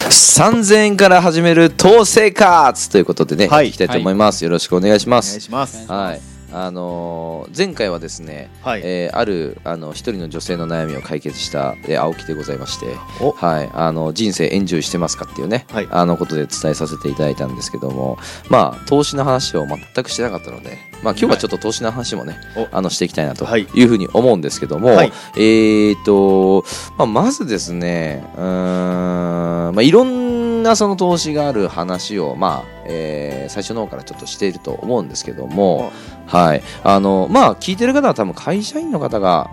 3000円から始める投資生活ということでね、はいいきたいと思います、よろしくお願いしまお願いすします。はいあのー前回はですね、はいえーあるあの一人の女性の悩みを解決した、えー青木でございまして、おはい、あの人生エンジョイしてますかっていうね、はいあのことで伝えさせていただいたんですけども、まあ、投資の話を全くしてなかったので、まあ、今日はちょっと投資の話もね、はいあのしていきたいなとはいいうふうに思うんですけども、はいえーとまあ、まずですねうーん、まあ、いろんなその投資がある話を、まあえー最初の方からちょっとしていると思うんですけども、はいあのまあ、聞いてる方は多分会社員の方が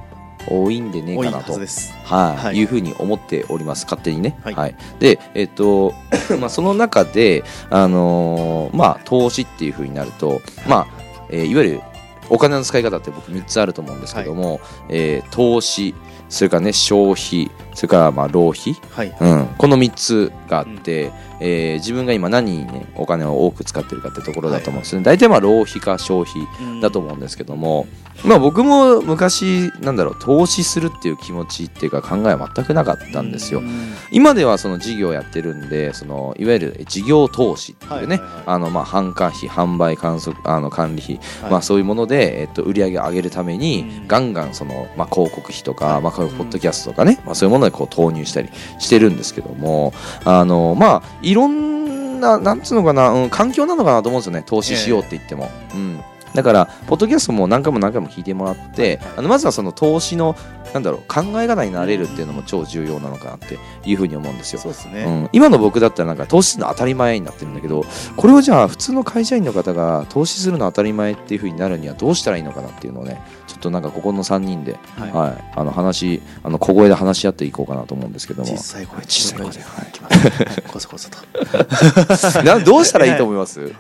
多いんでねえ多いかなはとず。です。はい、はいい、うふうに思っております、勝手にね。ははいい、で、えっ、と、 まあ、その中で、あのーまあ、投資っていうふうになると、まあ、えーいわゆる。お金の使い方って僕3つあると思うんですけども、えー投資それからね消費それからまあ浪費、はい。うん、この3つがあって、えー自分が今何に、ね、お金を多く使ってるかってところだと思うんですね、大体まあ浪費か消費だと思うんですけども、まあ、僕も昔なんだろう投資するっていう気持ちっていうか考えは全くなかったんですよ。う今ではその事業やってるんでそのいわゆる事業投資っていうね、はいはいはいあのまあ販管費販売観測あの管理費、はいまあ、そういうもので、えっと、売り上げを上げるためにうんガンガンその、まあ、広告費とか、はいまあ、こういうポッドキャストとかね、まあ、そういうものでこう投入したりしてるんですけどもあのまあいろんななんつうのかな、うん、環境なのかなと思うんですよね投資しようって言っても。うんだから、ポッドキャストも何回も何回も聞いてもらって、あのまずはその投資のなんだろう考え方になれるっていうのも超重要なのかなっていうふうに思うんですよ。そうですうね。ん、今の僕だったらなんか投資するの当たり前になってるんだけどこれをじゃあ普通の会社員の方が投資するの当たり前っていう風になるにはどうしたらいいのかなっていうのをねちょっとなんかここの3人で、ははいいあの話あの小声で話し合っていこうかなと思うんですけども小さい声、小さい声ではい。きますはいこそこそと。などうしたらいいと思います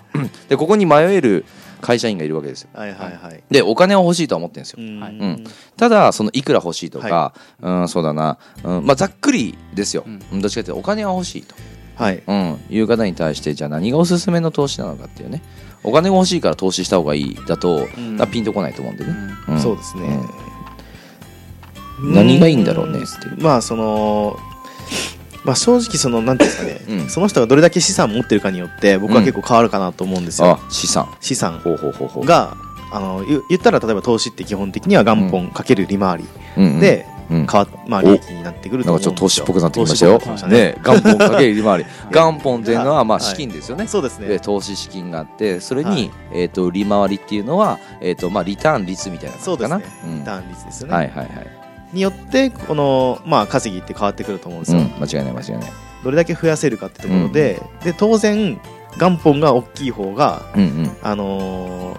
でここに迷える会社員がいるわけですよはいはいはい。でお金は欲しいとは思ってるんですよ、うんはいうんただそのいくら欲しいとか、うんそうだな、うんまあ、ざっくりですよ、うんうんどっちかというとお金は欲しいと。はい。うん、いう方に対してじゃあ何がおすすめの投資なのかっていうねお金が欲しいから投資した方がいいだと、うんあピンとこないと思うんでうね、んんそうですね。うん何がいいんだろうねっていうまあそのまあ正直そのなんていうんですかうね。んその人がどれだけ資産持ってるかによって僕は結構変わるかなと思うんですよ。あ資産資産ほうほうほうほう、があの言言ったら例えば投資って基本的には元本かける利回りうんうん、でうん、変わまあ利益になってくるとなんか思うんちょっと投資っぽくなってきましよたよ投資っぽくなってきましたねね元本かける利回 り元本っていうのはまはあい資金ですよね、そうですねで投資資金があってそれに、はいえー、と利回りっていうのは、えーとまあ、リターン率みたいなそ感うじかですなねリターン率ですうよんね、はいはいはい、によってこの、まあ、稼ぎって変わってくると思うんですうんよ、、間違いない間違いない、どれだけ増やせるかってところで,、で当然元本が大きい方がうんうん、あのー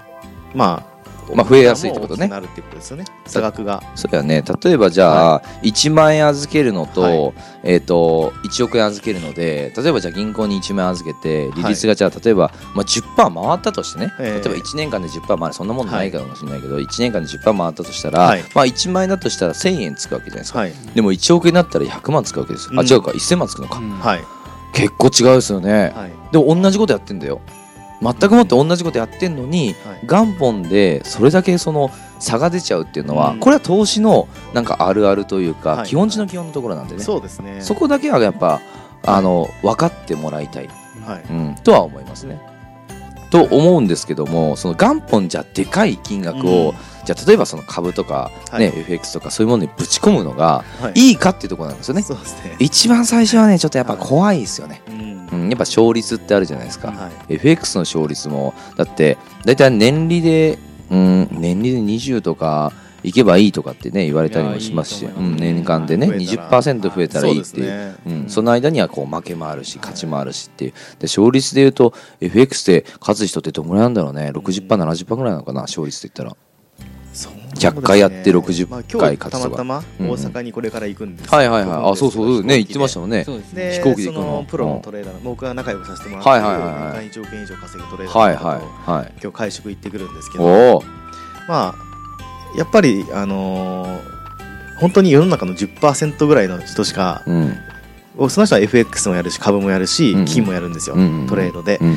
まあまあ増えやすいってことね大きくなるってことですよね差額がそうだよね例えばじゃあ、1万円預けるのと,、はえっと1億円預けるので例えばじゃあ銀行に1万円預けて利率がじゃあ例えば、まあ、10%回ったとしてね、ええ例えば1年間で10%回るそんなもんないかもしれないけど、1年間で10%回ったとしたら、はいまあ、1万円だとしたら1000円つくわけじゃないですか、はいでも1億円だったら100万つくわけですよ、あうん違うか1000万つくのか、うんはい結構違うですよね、はいでも同じことやってんだよ全くもって同じことやってんのに、はい元本でそれだけその差が出ちゃうっていうのは、うんこれは投資のなんかあるあるというか、はい基本中の基本のところなんでね、そうですねそこだけはやっぱあの分かってもらいたい、はいうん、とは思いますね。と思うんですけどもその元本じゃでかい金額を、うんじゃあ例えばその株とか、はいね FX とかそういうものにぶち込むのがはいいいかっていうところなんですよね。そうですね一番最初はねちょっとやっぱ怖いですよね。うんうん、やっぱ勝率ってあるじゃないですか。はい FX の勝率もだって大体年利でうん年利で20とかいけばいいとかってね言われたりもしますしいやいいとう思んいます年間でね増えたら20%増えたらいいっていう。そうですねうん、その間にはこう負けもあるし勝ちもあるしっていうで勝率でいうと FX で勝つ人ってどんぐらいなんだろうね 60%70% ぐらいなのかな勝率って言ったらそう100回やって60まあ今日回勝つとかたまたまうん大阪にこれから行くんですはいはいはいあそうそうね言ってましたたもんねそうですねで飛行機で行くそののプロのトレーダーの僕が仲良くさせてもらはっいてはいるはいはい年間1億円以上稼ぐトレーダーはいの方とはいはい今日会食行ってくるんですけどおおまあやっぱりあのー本当に世の中の10%ぐらいの人しかうんその人は FX もやるし株もやるしうんうん金もやるんですようんうんトレードでうん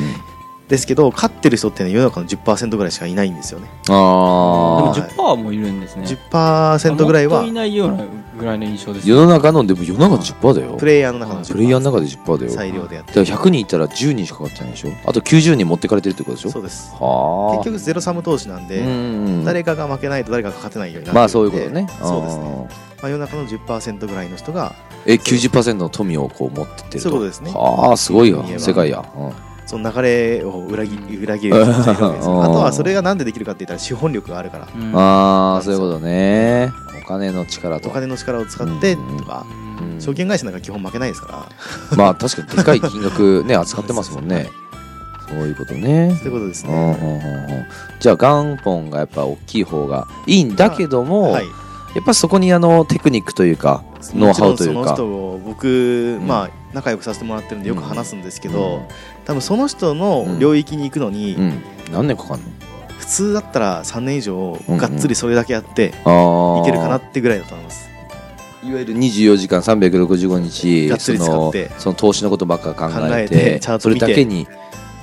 ですけど勝ってる人っていうのは世の中の10%ぐらいしかいないんですよねあであもー10%もいるんですね10%ぐらいもっはといないようなぐらいの印象です世の中のでも世の中10%だよプレイヤーの中のプレイヤーの中でで10%だよ裁量でやってだから100人いたら10人しかかかってないでしょあと90人持ってかれてるってことでしょそうですはあ結局ゼロサム投資なんで、局誰かが負けないと誰かが勝てないようになってるんでまあそういうことねそうですあねーまあ、世の中の10%ぐらいの人がえ90%の富をこう持ってってるそういうことですねはあすごいよ見えば世界や、うんその流れを裏切裏切る人たちがいるわけです よああーとはそれがなんでできるかって言ったら資本力があるからうんああそういうことねお金の力おと金の力を使ってうんとかうん証券会社なんか基本負けないですからまあ確かにでかい金額ね扱ってますもんねそういうことねということですうんうんねうんうんじゃあ元本がやっぱ大きい方がいいんだけども、はいやっぱそこにあのテクニックというかノウハウというもちろんかその人を僕、うんまあ仲良くさせてもらってるんでよく話すんですけど、うん多分その人の領域に行くのに、うん、何年かかん普通だったら3年以上うんがっつりそれだけやってのああいけるかなってぐらいだと思います、いわゆる24時間365日がっつり使ってそのその投資のことばっか考えて考えてチャートそ見れてだけに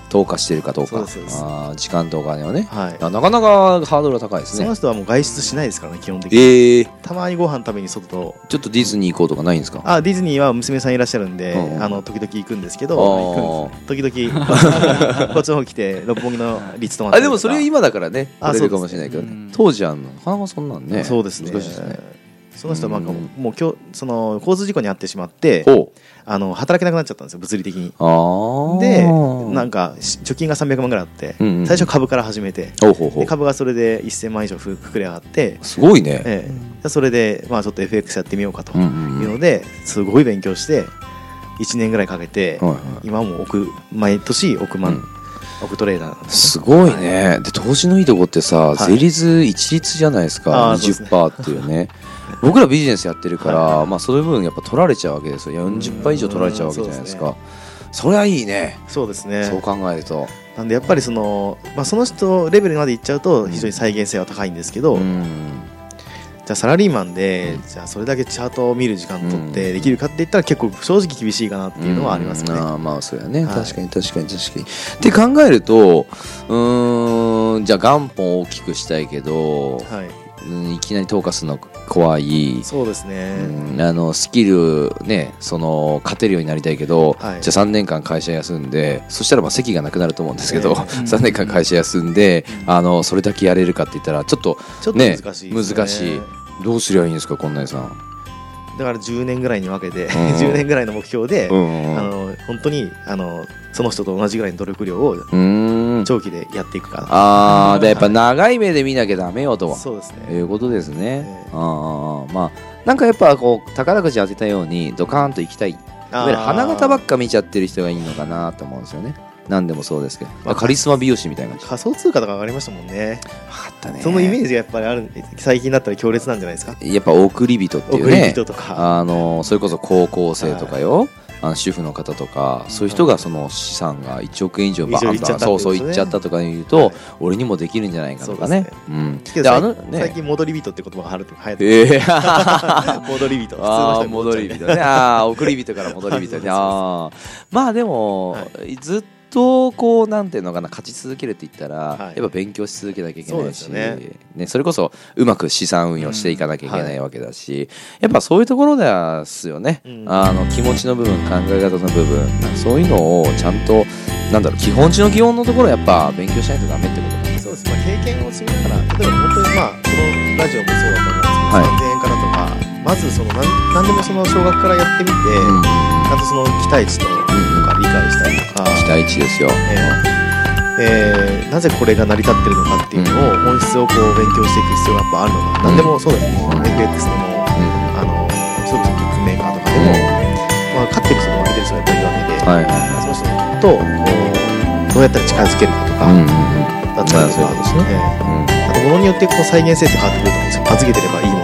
投下してるかどうそうかですそうですあー時間とお金をねはいあなかなかハードルが高いですそねの人はもう外出しないですからね基本的に、えー、たまにご飯食べに外とちょっとディズニー行こうとかないんですかあディズニーは娘さんいらっしゃるんで、うんうんあの時々行くんですけどあ行くんです時々 こっちの方来て六本木の立泊まってあでもそれ今だからねあ取れるかもしれないけど、そうですねね、当時はなかなかそんなんねそうですね難しいですねその人はなんかもううんもう今日その交通事故に遭ってしまってほあの働けなくなっちゃったんですよ物理的にうああでなんかし貯金が300万ぐらいあって、うんうん最初株から始めてほうほうほでう株がそれで1000万以上ふ膨れ上がって、すごいね、ええ、それで、まあ、ちょっと FX やってみようかとうんいううんうんのですごい勉強して1年ぐらいかけて、はいは今もう億毎年億万、うん億トレーダーなんでい、すすごいねで投資のいいとこってさ、はい税率一律じゃないですかあーそうですね20%っていう ね僕らビジネスやってるから、まあ、その分やっぱ取られちゃうわけですよ40%以上取られちゃうわけじゃないですうんかそりゃいいね、そうですねそう考えると、なんでやっぱりその、まあ、その人レベルまでいっちゃうと非常に再現性は高いんですけど、うん、じゃあサラリーマンで、じゃあそれだけチャートを見る時間取ってできるかって言ったら結構正直厳しいかなっていうのはありますね、うんあーまあそうやね、はい確かに確かに確かにって考えるとうーんじゃあ元本を大きくしたいけど、はいうんいきなり投下するの怖いそうですね、うんあのスキルねその勝てるようになりたいけど、はいじゃあ3年間会社休んでそしたらまあ席がなくなると思うんですけど、ええ うん3年間会社休んで、あのそれだけやれるかって言ったらちょっとちょっと難ねしいですね難しいどうすりゃいいんですかこんなにさん。だから10年ぐらいに分けて、 んうん10年ぐらいの目標で、うんうんあの本当にあのその人と同じぐらいの努力量をうーん長期でやっていくかああ、でやっぱ長い目で見なきゃダメよとなはそうですねいうことですねええ。ああまあなんかやっぱこう宝くじ当てたようにドカーンと行きたい。いあーわゆる花形ばっか見ちゃってる人がいいのかなと思うんですよね。何でもそうですけど、まあ、カリスマ美容師みたいな感じ。仮想通貨とか上がりましたもんねかったね。そのイメージがやっぱりある最近だったら強烈なんじゃないですかやっぱ送り人っていう送りね。人とかあのそれこそ高校生とかよ。あの主婦の方とかそういう人がその資産が1億円以上バーン以上いっちゃとったそうそうってこといねっちゃったとか言うはとい俺にもできるんじゃないかとかねそうでうんけでどあのね最近戻り人って言葉が流行って流行ってええ 戻り人普通 のあ人あに戻り戻っち人ねああ送り人から戻り人ねあああまあでも、はずっとこうなんていうのかな勝ち続けるって言ったら、はいやっぱ勉強し続けなきゃいけないしそうですよね、それこそうまく資産運用していかなきゃいけうんなはいいわけだし、やっぱそういうところですよね、うんあの気持ちの部分考え方の部分なんかそういうのをちゃんとなんだろう基本中の基本のところやっぱ勉強しないとダメってことなんでゃうそうです、まあ、経験を積みながら例えば本当にまあこのラジオもそうだと思うんですけど、は3000円からとかまずその何何でもその小学からやってみて、ちゃんとその期待値とか理解したりと期か、待値ですよ、えーなぜこれが成り立ってるのかっていうのを本質をこう勉強していく必要がやっぱあるのか、なん、何でもそうですね FX でもうんあのそれこそブックメーカーとかでも、まあ、勝ってる人と負けてる人がやはいはっぱりいるわけで、いはいその人とこうどうやったら近づけるかとか、うんうんだったりとまあそういうかことですねえうんうんーあと物によってこう再現性って変わってくると思うんですよ預けてればいいも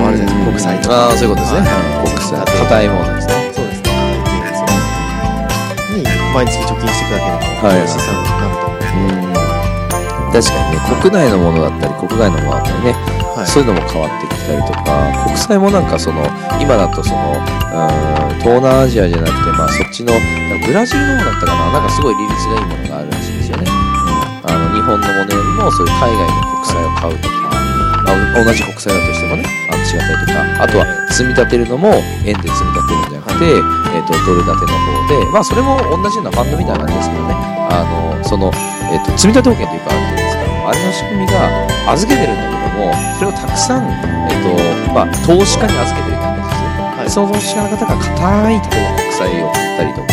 のうんがあるじゃないですか国債とかああそういうことですねはい国債硬いものですねそうですねに毎月貯金していくだけでも、はい資産になると思うんで確かにね国内のものだったり国外のものだったりね、はいそういうのも変わってきたりとか国債もなんかその今だとそのうーん東南アジアじゃなくてまあそっちのブラジルの方だったかななんかすごい利率がいいものがあるらしいですよね、うんあの日本のものよりもそういう海外の国債を買うとか、まあ、あ同じ国債だとしてもねあの違ったりとかあとは積み立てるのも円で積み立てるんじゃなくて、えっとドル建ての方で、まあ、それも同じようなファンドみたいな感じですけどねあのその、えっと積み立て保険というかあるじゃないですかあれの仕組みが預けてるんだけどもそれをたくさん、えっとまあ、投資家に預けてるって感じですよはいその投資家の方が硬いところの国債を買ったりとか、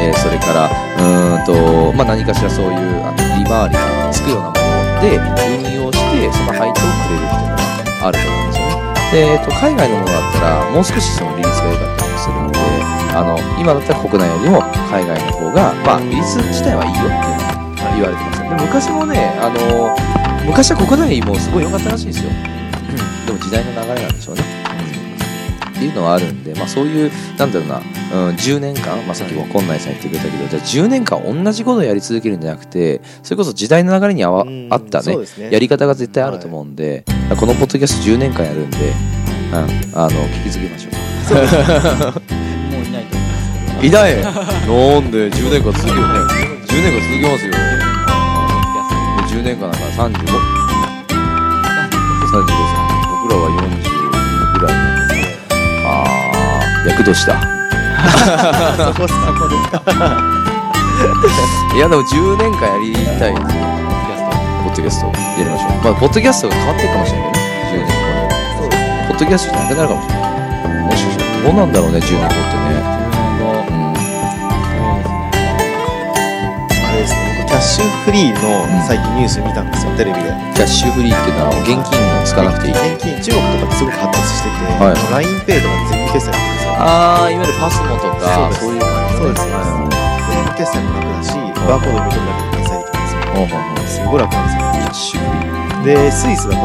えーそれからうーんと、まあ、何かしらそういうあの利回りがつくようなもので運用してその配当をくれるっていうのがあると思うんですよね。でえっと、海外のものだったらもう少しその利率が良かったりもするのであの今だったら国内よりも海外の方が、まあ、利率自体はいいよっていうのは言われてますねで昔もねあの昔は国内もすごい良かったらしいですよでも時代の流れなんでしょうねっていうのはあるんで、まあ、そういうなんだろうな、うん、10年間、まあ、さっきもこんないさん言ってくれたけどじゃあ10年間同じことをやり続けるんじゃなくてそれこそ時代の流れにあわうんあ ったねそうですねやり方が絶対あると思うんで、このポッドキャスト10年間やるんで、うん、あの聞き継ぎましょうもういないと思いますけど。いないなんで10年間続けるね10年間続けますよ10年間だから3535歳僕らは40ぐらいなんですねああ役年だそこそこですかいやでも10年間やりたいですねポッドキャストやりましょうまあポッドキャストが変わっていくかもしれないけどね10年そうです後ポッドキャストじゃなくなるかもしれないもしかしたらどうなんだろうね10年後っ10てねうんあれですね僕キャッシュフリーの最近ニュース見たんですよテレビでキャッシュフリーっていうのは現金がつかなくていい現金中国とかってすごく発達してて、はい LINEPay とかで全部決済なんですよああいわゆるパスモとかそそうういでうす感じそうですは全部決済も楽だしバーコード見てるだけで決済できますよいほうほうほうすごい楽なんですよキャッシュフリーでスイスだと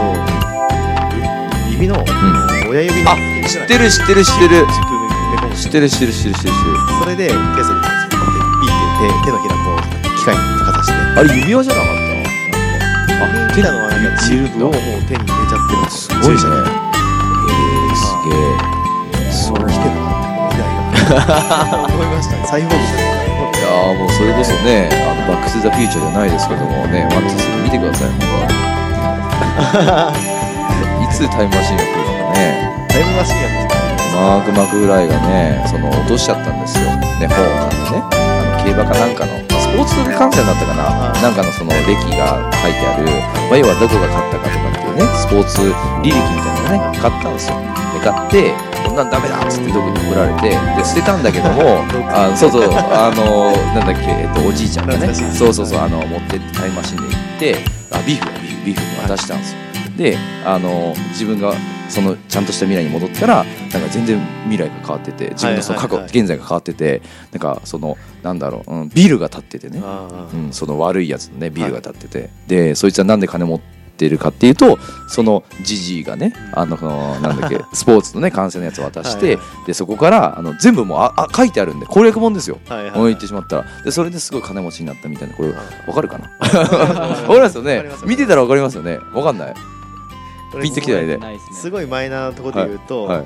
指の親指のあ知ってる知ってる知ってるチップめ込んで知ってる知ってる知ってる知ってるそれで決済できますよこうやってピッて手手のひらこう機械の形であれ指輪じゃなかった見たのはなんかチルドをもう手に入れちゃってるんですすよごいね注射にえー、すげえそう来てるなって未来が思いましたね裁縫みたいないやーもうそれこそね、あのバックス・ザ・フューチャーじゃないですけどもね、ワンツースリー見てください、ほら。いつタイムマシンが来るのかね、だいぶマシンやんですけどマーク・マクフライがね、その落としちゃったんですよ、ね、本を買ってね、あの競馬かなんかの、スポーツ観戦だったかな、なんかのその歴が書いてある、まあ、要はどこが勝ったかとかっていうね、スポーツ履歴みたいなのね、買ったんですよ。で買ってこんなんダメだっつってどこに送られてで捨てたんだけど もあのそうそうあのなんだっけ、えっと、おじいちゃんがね懐かしいですねそうそうそうあの持ってってタイムマシンで行ってあビーフだビーフビーフに渡したんですよであの自分がそのちゃんとした未来に戻ったらなんか全然未来が変わってて自分のその過去、はいはいはい現在が変わっててなんかそのなんだろう、うん、ビルが立っててねあうん、その悪いやつのねビールが立ってて、でそいつはなんで金持ってるかっていうとそのジジイがねあのこのなん だっけスポーツのね観戦のやつを渡してはいはでそこからあの全部もうああ書いてあるんで攻略本ですよ。あはいはい言ってしまったらでそれですごい金持ちになったみたいなこれわかるかなわかりますよわねかります見てたらわかりますよねわかんないこれピンときてないでないですね。すごいマイナーなところで言うと、はい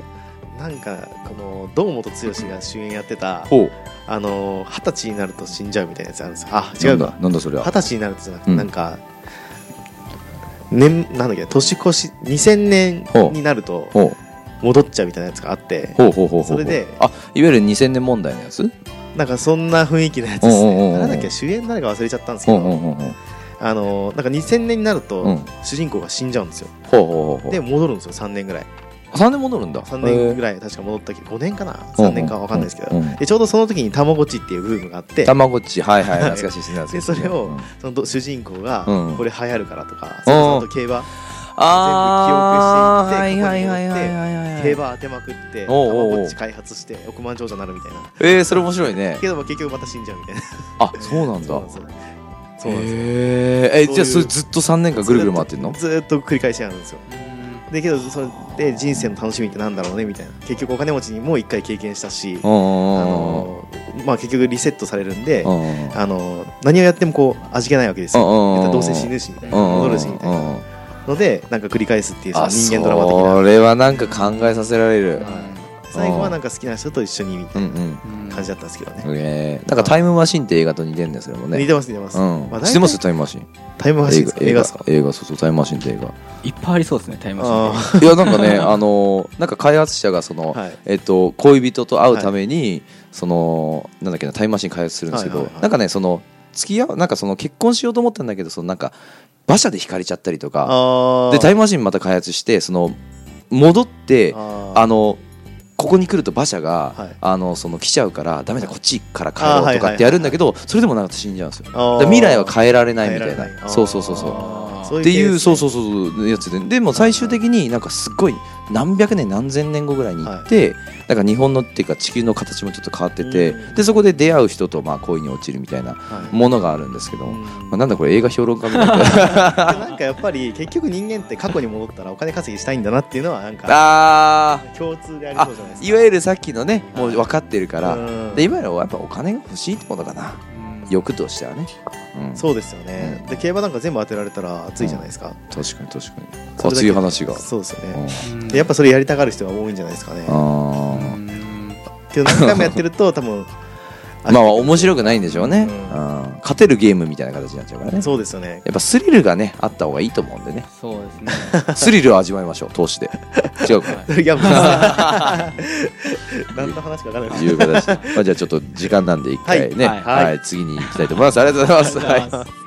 なんかこの堂本剛が主演やってたほうあの二十歳になると死んじゃうみたいなやつあるんですよあ違なうんかだなんだそれ二十は歳になるとじゃなくて、うんなんか年なんだっけ年越し2000年ほうになるとほう戻っちゃうみたいなやつがあってほうほうほうほうそれであいわゆる2000年問題のやつなんかそんな雰囲気のやつですうんうんうんうねんなんだっけ主演誰か忘れちゃったんですけほうど、ほうほうほうあのなんか2000年になるうんとほう主人公が死んじゃうんですよ、ほうほうほうで戻るんですよ3年ぐらい3年戻るんだ3年ぐらいらい確か戻ったけど5年かな3年か分かんないですけど、うんうんでちょうどその時にたまごっちっていうブームがあってたまごっちはいはいはい懐かしいですね懐でかそしいれねをうんそのど主人公がうんこれ流行るからとか、うんそれこそあと競馬あー全部記憶していってはいはいはいはいはいはい競馬当てまくってたまおうおうおうごっち開発して億万長者になるみたいなえー、それ面白いねけども結局また死んじゃうみたいなあそうなんだそうなんですよそうなんですよへーえそういうじゃあそれずっと3年間ぐるぐる回ってんのずーっと繰り返しあるんですようんでけどそれで人生の楽しみってなんだろうねみたいな結局お金持ちにもう一回経験したし、うんあうんうんのまあ結局リセットされるんで、うんうんあの何をやってもこう味気ないわけですよ、うんうんうんどうせ死ぬしみたいなうん戻るしみたいなうんうんのでなんか繰り返すっていうそのあ人間ドラマ的なそれはなんか考えさせられるはい最後はなんか好きな人と一緒にみたういんな感じだったんですけどねう、んえー、なんかタイムマシンって映画と似てるんですけどもね似てます似てます、うんまあ大体知ってますタイムマシンタイムマシンですか映画ですか映画そうそうタイムマシンって映画 いっぱいありそうですねタイムマシあンいやなんかねあのなんか開発者がその、あはいえっと、恋人と会うために、そのなんだっけなタイムマシン開発するんですけど、はいはいはいなんかねその付き合うなんかその結婚しようと思ったんだけどそのなんか馬車で引かれちゃったりとかあでタイイムマシンまた開発してその戻ってあーあのここに来ると馬車が、はいあのその来ちゃうからダメだこっちから帰あーはろういとはいはかいってやるんだけどそれでもなんか死んじゃうんですよだかあーら未来は変えられないみたい変えられなあーそうそうそうそうあーっそっていうそうそううそうそうやつででも最終的になんかすっごい何百年何千年後ぐらいに行って、なんか日本のっていうか地球の形もちょっと変わってて、うんでそこで出会う人とまあ恋に落ちるみたいなもものがあるんですけど、うまんあ、なんだこれ映画評論家みたいな なんかやっぱり結局人間って過去に戻ったらお金稼ぎしたいんだなっていうのはなんかあ共通でありそうじゃないですーかいわゆるさっきのねもう分かってるから、うんでいわゆるやっぱお金が欲しいってことかな欲としてはね、うん、そうですよね、で競馬なんか全部当てられたら熱いじゃないですか、確かに確かにそれだ熱けい話が、そうですよね、うんうんでやっぱそれやりたがる人が多いんじゃないですかね、あーうんけど何回もやってると多分まあ面白くないんでしょうね、ううんん勝てるゲームみたいな形になっち ゃうからねそうですよね やっぱスリルがねあった方がいいと思うんで ねそうですねスリルを味わいましょう投資で違う かいやもう何の話か分からないですいう形まあじゃあちょっと時間なんで一回ね、はいはいはい次に行きたいと思いますありがとうございます、ありがとうございはまいす